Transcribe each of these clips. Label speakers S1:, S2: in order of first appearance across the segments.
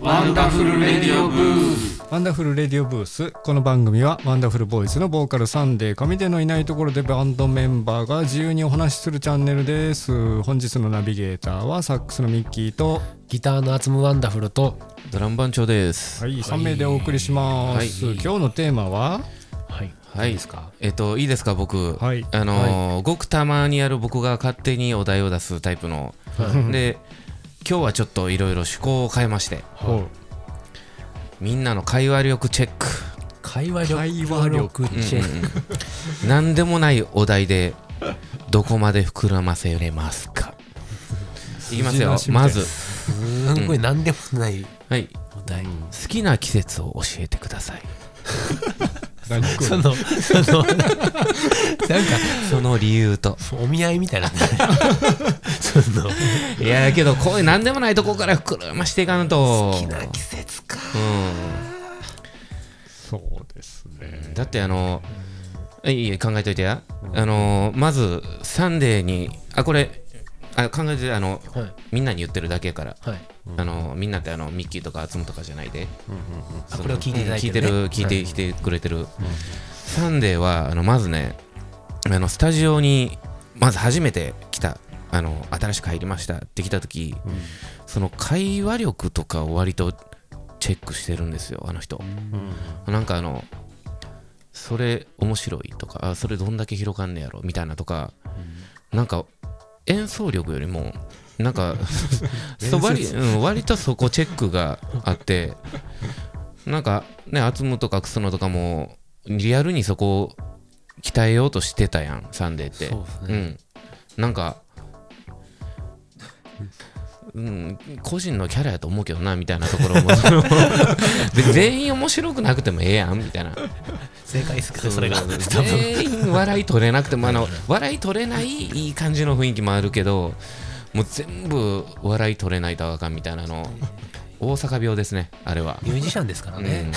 S1: ワンダフルレディオブース
S2: ワンダフルレディオブースこの番組はワンダフルボーイズのボーカルサンデー神でのいないところでバンドメンバーが自由にお話しするチャンネルです本日のナビゲーターはサックスのミッキーと
S3: ギターのアツムワンダフルと、
S4: ドラム番長です。
S2: はい3名でお送りします、
S4: はい
S2: 今日のテーマは
S3: はい、
S4: はい。ですかえっと、いいですか、僕。
S2: はい
S4: あのーごくたまにやる僕が勝手にお題を出すタイプの。で、今日はちょっといろいろ趣向を変えまして、
S2: ほ
S4: みんなの会話力チェック。
S3: 会話力
S2: 会話力
S3: チェック、
S4: 何でもないお題で、どこまで膨らませれますか。いきますよ
S2: 筋なし、みたい
S4: まず。
S3: すんごい何でもない
S4: はい。
S3: お題、
S4: 好きな季節を教えてください。
S2: う何
S3: そ
S2: 君
S3: のそのなんか
S4: その理由と。
S3: お見合いみたいなその
S4: いやけど、こういう何でもないとこから膨らましていかんと。
S3: 好きな季節か
S4: う
S2: そ
S4: ん。
S2: うです ね
S4: だってあの、いいいい考えといてや、あのまずサンデーにあこれあ考えてあの
S3: はい
S4: みんなに言ってるだけやから、
S3: はい
S4: あのみんなってあのミッキーとかアツムとかじゃないで、
S3: あこれを聞いていただいて
S4: 聞いてる聞いて
S3: る
S4: きてくれてる、サンデーはあのまずねあのスタジオにまず初めて来たあの新しく入りましたって来た時、その会話力とかを割とチェックしてるんですよあの人、なんかあのそれ面白いとかあそれどんだけ広がんねやろみたいなとか、なんか演奏力よりもなん かそう割,、うん、割とそこチェックがあってなんかねアツムとかクスノとかもリアルにそこを鍛えようとしてたやんサンデーって
S3: そうです
S4: う
S3: ね
S4: ん、なんか、うん、個人のキャラやと思うけどなみたいなと ころもその別に全員面白くなくてもええやんみたいな
S3: 正解ですかねそれが
S4: うん
S3: 多分
S4: 全員笑い取れなくてもあの笑い取れないいい感じの雰囲気もあるけどもう全部笑い取れないとあかんみたいなの大阪病ですねあれは。
S3: ミュージシャンですからね、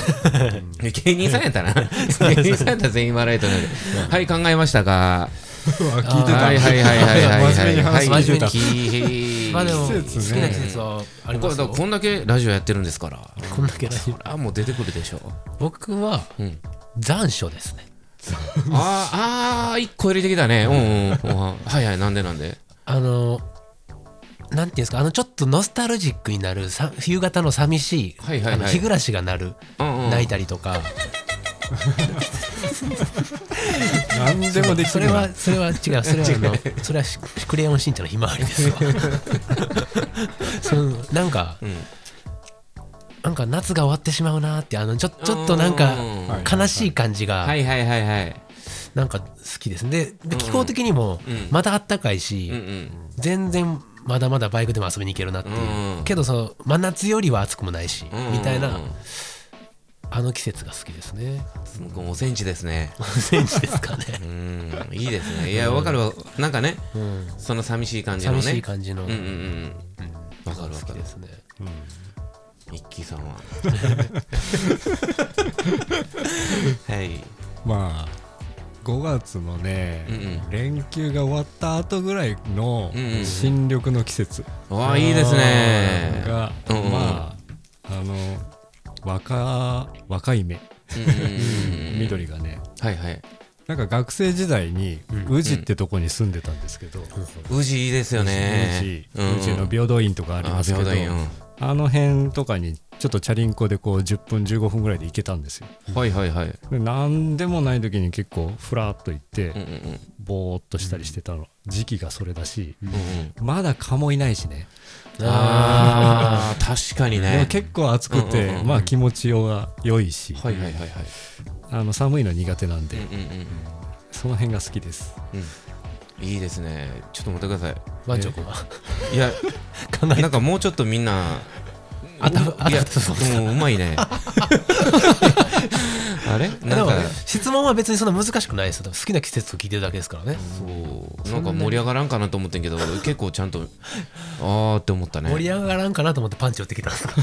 S4: うん、 芸人さんやったな芸人さんやったら全員笑い取れるはい考えましたか
S2: 聞いてた
S4: はいはいはいはいはいはい
S2: 真面目に話
S4: はい
S2: 聞いてた
S4: 聞い
S3: まあでも、
S2: 季
S3: 好
S2: 節
S3: き
S2: ね
S3: な季節はあり
S4: こ
S3: ま
S4: れ
S3: す
S4: だ
S3: よ
S4: からこんだけラジオやってるんですから
S3: こんだけラジオ
S4: あもう出てくるでしょ
S3: 僕は
S4: う、うん、
S3: 残暑ですね
S4: あーあー1個入れてきたねうんうん、うん、はいはいなんでなんで
S3: あのなんていうんですかあのちょっとノスタルジックになるさ夕方の寂しい、
S4: はいはいはい
S3: あの日暮らしが鳴る、
S4: うんうん
S3: 泣いたりとか、
S2: 何でもでき
S3: そ
S2: る
S3: れ
S2: な
S3: はそれは違うそれはあのそれはしクレヨンしんちゃんのひまわ りですわそのなんか、
S4: ん
S3: なんか夏が終わってしまうなーってあのちょちょっとなんか
S4: うん
S2: はい
S3: 悲しい感じ
S4: は
S3: が
S4: いはいはいはい
S3: なんか好きですねで気候的にもまたあったかいし、
S4: うんうん
S3: 全然まだまだバイクでも遊びに行けるなっていう、
S4: うん
S3: けどその真夏よりは暑くもないし、
S4: うん
S3: みたいな
S4: うん
S3: あの季節が好きで すね
S4: すごくおセンチですね
S3: センチですかね、
S4: うんいいですねいやわかるわなんかね
S3: うん、
S4: その寂しい感じのね
S3: 寂しい感じの、
S4: うんうんうんわかるわか
S3: 好
S4: る
S3: きですね
S4: ミッキーさんははい
S2: まあ5月のね、
S4: うんうん
S2: 連休が終わった後ぐらいの
S4: うんうん
S2: 新緑の季節
S4: わあいいですね
S2: が、
S4: うんうん
S2: まああの若若い目
S4: うんうんうん
S2: 緑がね、
S4: はいはい
S2: なんか学生時代に宇治ってとこに住んでたんですけど、
S4: 宇治いいですよね
S2: 宇治
S4: うん
S2: 宇治の平等院とかありますけど
S4: あ
S2: あ
S4: 平等院
S2: の辺とかにちょっとチャリンコでこう10分15分ぐらいで行けたんですよ
S4: うんはいはいはい
S2: で何でもない時に結構ふらっと行って、
S4: うんうんうん
S2: ぼーっとしたりしてたの時期がそれだし、
S4: うんうん
S2: まだ蚊もいないしね
S4: あー確かに
S2: もう
S4: ね
S2: 結構暑く
S4: うん
S2: て
S4: うんうんうん
S2: まあ気持ちよが良いし、
S4: はいはいはいはい
S2: あの寒いの苦手なんで、
S4: うんうんうん
S2: その辺が好きです
S4: うんいいですねちょっと待ってくださ
S3: 番長君は
S4: いいや
S3: 考え
S4: なんかもうちょっとみんな
S3: あたあ
S4: いや
S3: たそうそう
S4: もううまい ねあれ
S3: で
S4: なん
S3: も
S4: か
S3: 質問は別にそんな難しくないですよ好きな季節を聞いてるだけですからね、
S4: そうなんか盛り上がらんかなと思ってんけど結構ちゃんとあーって思ったね
S3: 盛り上がらんかなと思ってパンチ打ってきたんですか、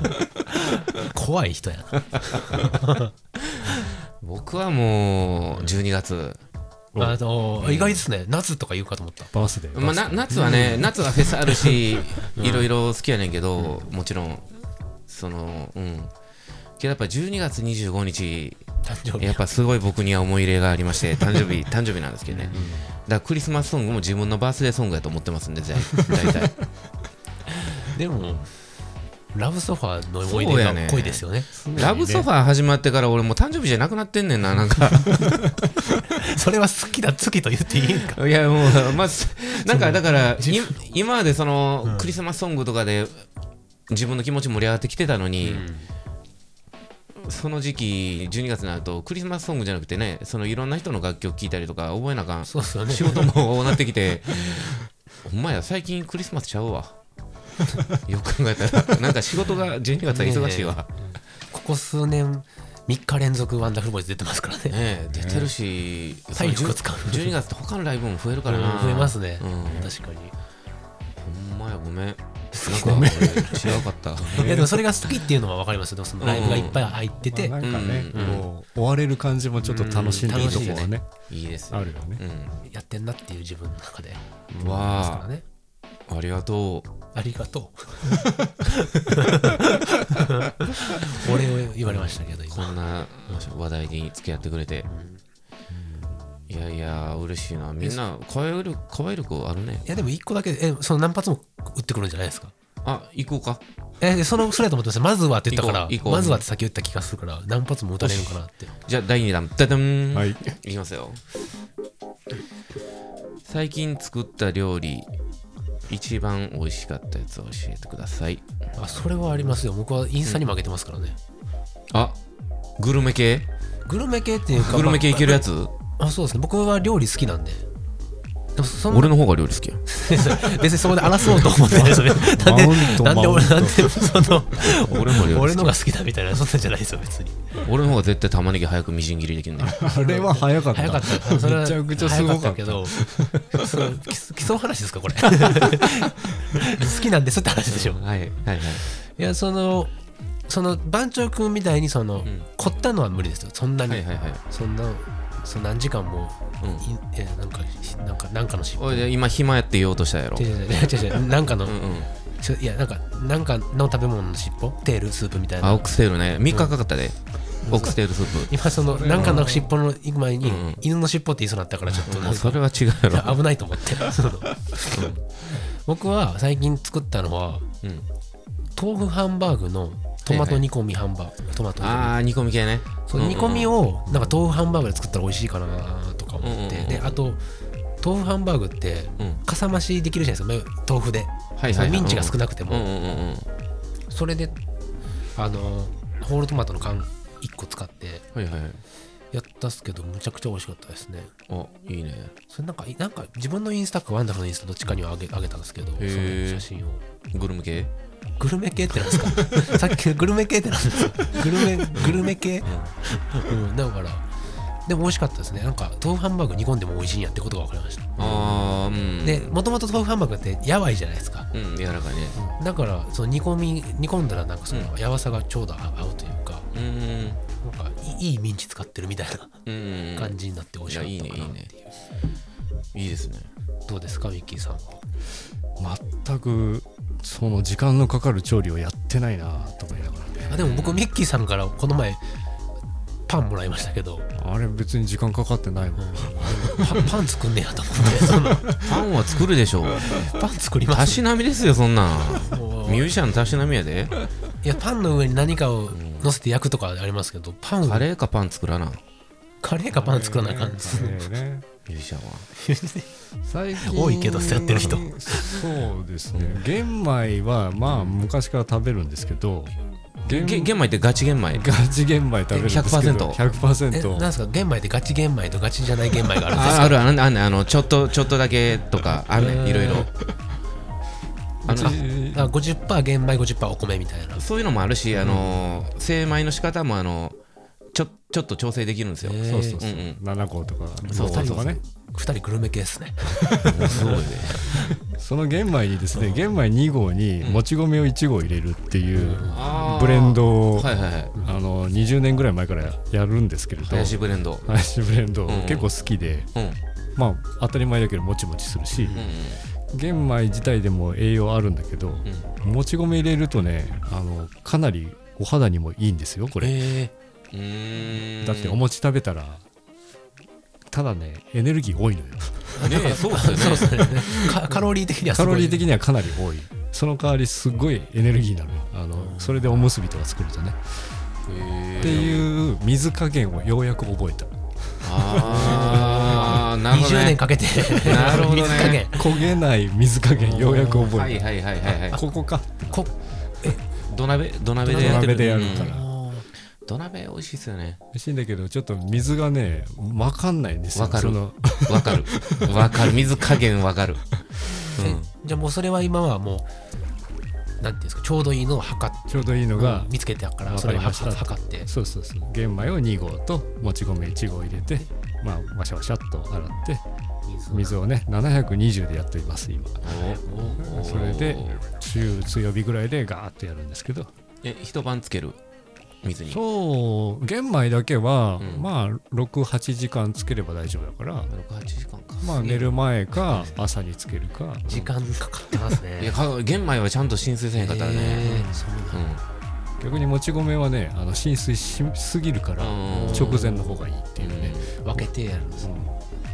S3: 怖い人やな
S4: 僕はもう12月
S3: あの意外ですね夏とか言うかと思った
S2: バースデー
S4: まあ、な夏はね、夏はフェスあるし、いろいろ好きやねんけど、もちろん、そのうんけどやっぱ12月25日
S3: 誕生日
S4: やっぱすごい僕には思い入れがありまして誕生日 誕生日なんですけどね、だからクリスマスソングも自分のバースデーソングやと思ってますんで大大 体
S3: でもラブソファーの思い出が濃いですよね
S4: ラブソファー始まってから俺もう誕生日じゃなくなってんねんななんか
S3: それは好きだ好きと言っていいん か
S4: いやもうまあなんかだからい今までその、クリスマスソングとかで自分の気持ち盛り上がってきてたのに、その時期12月になるとクリスマスソングじゃなくてねそのいろんな人の楽曲聴いたりとか覚えなあかん
S3: そうですよね
S4: 仕事もなってきてほんまや最近クリスマスちゃうわよく考えたらなんか仕事が12月は忙しいわ
S3: ここ数年3日連続ワンダフルボーイズ出てますからね
S4: ねえ出てるし
S3: 体力使う
S4: 12月って他のライブも増える
S3: う
S4: か
S3: ん
S4: らな
S3: 増えますね
S4: うん
S3: 確かに
S4: ほんまやごめんなんか俺違うかった
S3: いやでもそれが好きっていうのは分かりますよ、でもそのライブがいっぱい入ってて、
S2: まあなんかね、
S4: うん
S2: こう追われる感じもちょっと楽しんでいいとこはね,、
S3: うん
S4: いいです
S2: あるよね、
S4: う
S3: やってんなっていう自分の中で、
S4: ん
S3: ですから
S4: わ
S3: ね。
S4: あありがとう
S3: ありがとう。俺を言われましたけど、
S4: こ
S3: 今。
S4: んな話題に付き合ってくれて、いやいや嬉しいなみんな可愛い力可愛い力あるね
S3: いや、でも一個だけ、え、その何発も打ってくるんじゃないですか。
S4: あ行こうか
S3: え、でその、それだと思ってました。まずはって言ったから
S4: 行こう行、こう
S3: まずはって先言った気がするから、何発も打たれるかなって。
S4: じゃあ第2弾ダダン、、
S2: はいい
S4: きますよ最近作った料理一番美味しかったやつを教えてください
S3: あ、それはありますよ。僕はインスタにも上げてますからね。
S4: あグルメ系
S3: グルメ系っていうか、
S4: グルメ系いけるやつ
S3: まああ、そうですね。僕は料理好きなんで。でもそんな
S4: 俺の方が料理好 きや
S3: 別にそこで争おうと思ってないです よね。なん
S2: マウン
S3: で、
S2: ト
S3: なんで
S2: マウン
S3: 俺、
S2: ト
S3: なんで、その、
S4: 俺も料
S3: 俺
S4: 理好
S3: の
S4: き
S3: が好きだみたいな、そんなんじゃないですよ、別に。
S4: 俺の方が絶対玉ねぎ早くみじん切りできるん だよ
S2: あれは早かった
S3: 早かった。それは
S2: めちゃくちゃすごかった
S3: 早けど、その基礎基礎話ですか、これ。好きなんですって話でしょ。
S4: はいはいはい
S3: いや、その、その番長君みたいに、その
S4: ん、
S3: 凝ったのは無理ですよ、そんな
S4: はい
S3: に。
S4: はいはい
S3: そんな、その何時間も、
S4: うん
S3: いえなんか、なんか、なんかの失
S4: おい
S3: 敗。
S4: で今暇やって言おうとしたやろ
S3: 違う違う違う違 う違うなんかの、
S4: うんうん
S3: ちょいやなんかなんかの食べ物の尻尾テールスープみたいな
S4: あオックステールね3日かかったで、オックステールスー
S3: 今そのなんかの尻尾の行く前に
S4: うんうん
S3: 犬の尻尾って言いそうになったからちょっと
S4: プ
S3: な
S4: も
S3: ん
S4: う
S3: か
S4: それは違うやろ
S3: 危ないと思ってその僕は最近作ったのは
S4: うん、
S3: 豆腐ハンバーグのトマト煮込みハンバーグ、トマト煮込み
S4: ああ煮込み系ね
S3: その煮込みをなんか豆腐ハンバーグで作ったら美味しいかなとか思って、
S4: うんうんうん
S3: であと豆腐ハンバーグって
S4: うんうん
S3: かさ増しできるじゃないですか豆腐で、
S4: はい
S3: そ
S4: は
S3: の
S4: い
S3: ミンチが少なくて
S4: うん
S3: も、
S4: うんうんうん
S3: それであのホールトマトの缶1個使って
S4: はいはい
S3: やったっすけどむちゃくちゃ美味しかったですね
S4: あいいね
S3: それなんかなんか自分のインスタかワンダフルのインスタどっちかにはあげあげたんですけどその
S4: ー
S3: 写真を
S4: グルメ系
S3: グルメ系ってなんですか さっきグルメ系ってなんですかグルメグルメ系うんだからでも美味しかったですねなんか豆腐ハンバーグ煮込んでも美味しいんやってことが分かりました
S4: ああうん
S3: でもともと豆腐ハンバーグってやわいじゃないですか
S4: うん柔らかいね
S3: だからその煮込み煮込んだらなんかその
S4: う
S3: やわさがちょうど合うというか
S4: うん
S3: なんかいいいいミンチ使ってるみたいな
S4: うんうん
S3: 感じになって美味しかったかなっていう
S4: いやいいねいいですね
S3: どうですかミッキーさんは
S2: 全くその時間のかかる調理をやってないなと思いながらね
S3: あでも僕ミッキーさんからこの前パンもらいましたけど、
S2: あれ別に時間かかってないもん、
S3: パパン作んねやと思ってその
S4: パンは作るでしょう
S3: パン作りま
S4: た
S3: す
S4: しなみですよそんなん
S3: もう
S4: ミュージシャンのたしなみやで
S3: いやパンの上に何かを乗せて焼くとかありますけどパン
S4: カレーかパン作らなミ
S3: カレーかパン作らなあかんですね
S2: ねね
S4: ュージシャンは
S2: 最近
S3: 多いけどやってる人
S2: そうですね玄米はまあ昔から食べるんですけど玄
S4: げ玄米ってガチ玄米
S2: ガチ玄米食べるんですけど
S4: 100%
S2: 100%,
S3: えなんですか玄米でガチ玄米とガチじゃない玄米があるんです
S4: ああるあるあんねあのちょっとちょっとだけとかあるねいろいろあの
S2: え
S3: あ50%玄米50%お米みたいな
S4: そういうのもあるしあの精米の仕方もあのちょちょっと調整できるんですよ
S3: へー
S2: そうそうそう、
S4: うんうん
S2: 7個とか
S4: そう
S2: 5個とかね
S3: 2人グルメ系ですね
S4: そうね
S2: その玄米にですね玄米2合にもち米を1合入れるっていう
S4: あー
S2: ブレンドを、
S4: はいはいはい
S2: あの20年ぐらい前からやるんですけれど
S4: 林ブレンド
S2: 林ブレンド
S4: うん
S2: 結構好きで、
S4: うんうん
S2: まあ当たり前だけどもちもちするし、
S4: うん
S2: 玄米自体でも栄養あるんだけど、もち米入れるとねあのかなりお肌にもいいんですよこれ、
S3: え
S4: うーん
S2: だってお餅食べたらただねエネルギー多いのよ
S4: ねえそうですよ
S3: ー、
S4: ね
S3: そうですねカカロリー的にはす
S2: カ
S3: ごい
S2: ロリー的にはかなり多いその代わりすごいエネルギーになるよあのそれでおむすびとか作るとねっていう水加減をようやく覚えた
S4: ああなるほど
S3: 20年
S4: ね
S3: かけて
S4: なるほどね
S3: 水加減
S2: 焦げない水加減ようやく覚えた、
S4: はいはいはいはいはい
S2: ここか
S3: こ
S4: 土鍋土鍋で
S2: 土
S4: やっ
S2: 鍋
S4: てる
S2: でやる
S4: うん
S2: から
S4: 土鍋美味しいですよね
S2: 美味しいんだけどちょっと水がねわかんないんですよ
S4: わかる
S2: その
S4: わかるわかる水加減わかるう
S3: え
S4: ん
S3: じゃあもうそれは今はもうなんていうんですかちょうどいいのを測っ
S2: ちょうどいいのが、
S3: 見つけてあるか
S2: わ
S3: ら
S2: か
S3: それ
S2: り
S3: を
S2: ました
S3: 測測って
S2: そうそうそう玄米を2合ともち米1合入れてまあワシャワシャっと洗って水をね720でやっています今
S4: おお
S2: それで週強火ぐらいでガーッとやるんですけど
S4: え一晩つける水に
S2: そう玄米だけは、
S4: うん
S2: まあ68時間つければ大丈夫だから
S4: 68時間か
S2: まあ寝る前か朝につけるか
S3: 時間かかってますね
S4: いやか玄米はちゃんと浸水せへんかったらね
S3: えーそうなんだ
S4: う
S2: 逆にもち米はねあの浸水しすぎるから
S4: うん
S2: 直前の方がいいってい
S4: ん
S2: うね、
S3: 分けてやるんです、
S2: うん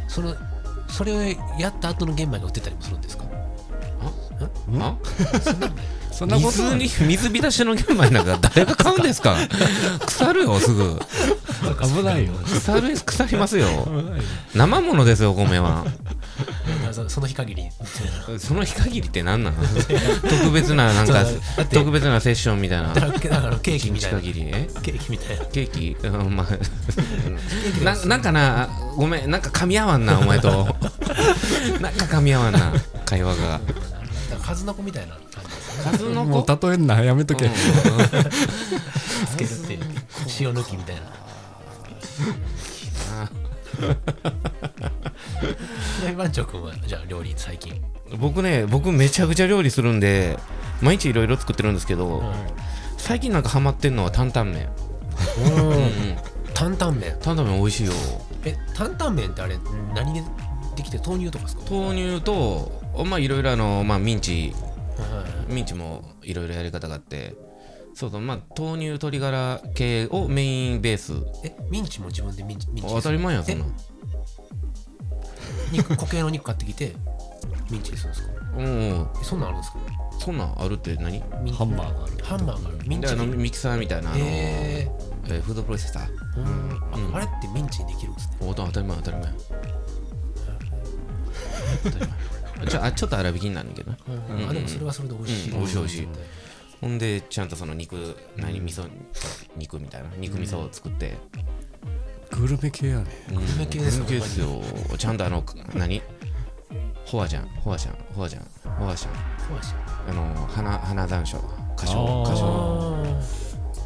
S3: そのそれをやった後の玄米が売ってたりもするんですか
S4: うんあ
S2: そんなことは
S4: 水に水浸しの玄米なんか誰が買うんですか腐るよすぐ
S2: 危ないよ
S4: 腐る腐りますよ
S2: 危ないよ
S4: 生ものですよお米は
S3: あ そその日限りみたいな
S4: その日限りって何なの特別ななんか
S3: そうだって
S4: 特別なセッションみたいな
S3: だからけだからケーキ
S4: 一
S3: み
S4: 日
S3: たいな
S4: 限りえ
S3: ケーキみたいな
S4: ケーキうんまあななんかなごめんなんか噛み合わんなお前となんか噛み合わんな会話が
S3: だから数の子みたいな感じですね
S4: 数の
S2: も
S4: 子
S2: う例えんなやめとけ、
S4: うん
S3: つけるっていう塩抜きみたいな フライ番長君はじゃあ料理最近
S4: 僕ね僕めちゃくちゃ料理するんで毎日いろいろ作ってるんですけど、最近なんかハマってんのは担々麺、
S3: う
S4: うん
S3: ん
S4: うん、
S3: 担々麺
S4: 担々麺美味しいよ
S3: え担々麺ってあれ何でできてる豆乳とかですか
S4: 豆乳とまあいろいろあの、まあ、ミンチ
S3: は
S4: ミンチもいろいろやり方があってそうそうまあ豆乳鶏ガラ系をメインベース
S3: いえミンチも自分でミンチミンチ
S4: 当たり前やんそ
S3: え
S4: んなん
S3: 肉固形の肉買ってきてミンチにするんですか
S4: うんうん
S3: えそんなんあるんですか
S4: そんなんあるって何
S3: ミン
S2: ハンバーガーある
S3: ハンバーガーミン
S4: であ
S3: チ
S4: のミキサーみたいなあの、
S3: え
S4: えーフードプロセッサー
S3: ーうんあ
S4: うん
S3: あれってミンチにできるんですね
S4: お当たり前当たり 前当たり前ちょあちょっと粗挽きになるんだけどなうん
S3: あでもそれはそれで美味しい
S4: うん美味しい美味しいほんでちゃんとその肉何味噌肉みたいな肉味噌を作って、
S2: グルメ系やね
S4: うん、グ
S3: ルメ系ですよ
S4: ルメ系ですよちゃんとあの何ホアジャンホアジャンホアジャンホアジャン
S3: そうでし
S4: あの花花山椒
S2: あ
S4: 花椒
S2: ー
S4: 花椒
S3: あ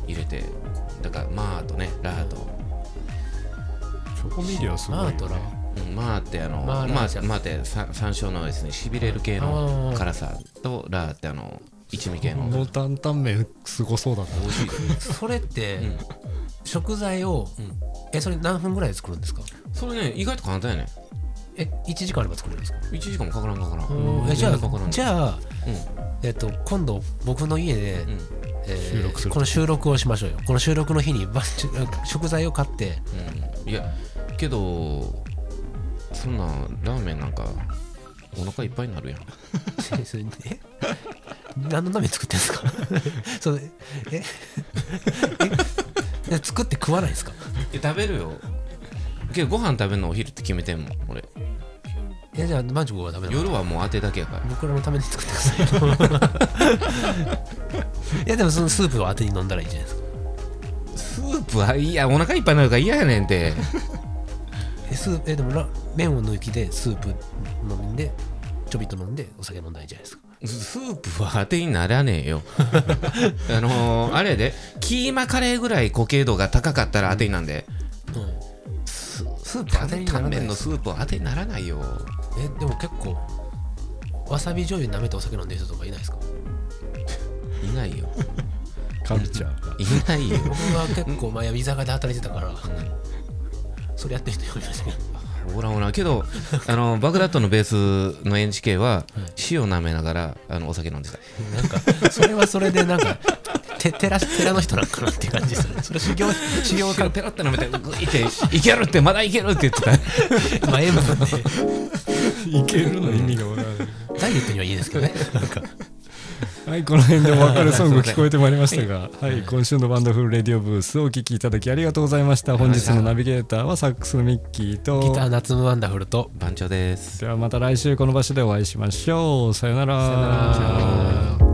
S4: 入れてだからマーとねラーと、
S2: 調味料すごいよ、
S3: マ
S2: ね、
S3: ートラ
S4: うんマーってあの
S3: マ
S4: マ
S3: ー
S4: ー
S3: ラージャン
S4: マーってさ山椒のですねしびれる系の辛さとラーってあの一味系
S2: こ
S4: の
S2: の担々麺すごそうだな
S4: 美味しい
S3: それって
S4: うん
S3: 食材を
S4: うん
S3: えそれ何分ぐらいで作るんですか
S4: それね意外と簡単やね
S3: え一時間あれば作れるんですか
S4: 1時間もかからんかからん
S3: えじゃ
S4: かから
S3: あ
S4: ん
S3: じ
S4: ゃ
S3: ゃあ
S4: うん
S3: えっと今度僕の家で
S4: うん
S3: えー
S2: 収録する
S3: この収録をしましょうよこの収録の日にば食材を買って
S4: うんいやけどそんなんラーメンなんかお腹いっぱいになるやん
S3: それえ何のために作ってんですか それえ えで作って食わないですか
S4: え食べるよけどご飯食べるのお昼って決めてんもん俺
S3: いやじゃあマンチョはダメなの
S4: 夜はもう当てだけやから
S3: 僕らのために作ってくださ いいやでもそのスープを当てに飲んだらいいじゃないですか
S4: スープはいやお腹いっぱいになるから嫌やねんて
S3: えスープえでもラ麺を抜きでスープ飲んでちょびっと飲んでお酒飲んだらいいじゃないですか
S4: スープは当てにならねえよ あのー、あれやでキーマカレーぐらい固形度が高かったら当てになんで
S3: ススープ当てにな
S4: タ
S3: ら
S4: ン
S3: な
S4: メ
S3: い
S4: ン
S3: で
S4: の
S3: す
S4: スープは当てにならないよ
S3: えでも結構わさび醤油舐めてお酒飲んでる人とかいないですか
S4: いないよ
S2: カルチャーが
S4: いないよ
S3: 僕は結構前は居酒屋で働いてたからそれやってる人いましたけど
S4: おらんおらんけど あのバグダッドのベースの NHK は塩舐めながらあのお酒飲んでた
S3: なんかそれはそれでなんかて寺寺の人なんかなっていう感じするそれ修行修行
S4: 塩
S3: か
S4: ペロって舐めてグイっていけるってまだいけるって言ってた
S3: まあ塩分で
S2: いけるの意味がわからない
S3: ダイエットにはいいですけどねなんか
S2: はい、この辺でお別れソング聞こえてまいりましたが、はい、今週のバンドフルレディオブースをお聞きいただきありがとうございました。本日のナビゲーターはサックスのミッキー
S3: ギ
S2: と
S3: タ、ー夏のワンダフルと
S4: 番長です
S2: ではまた来週この場所でお会いしましょう。さよなら。
S3: さよなら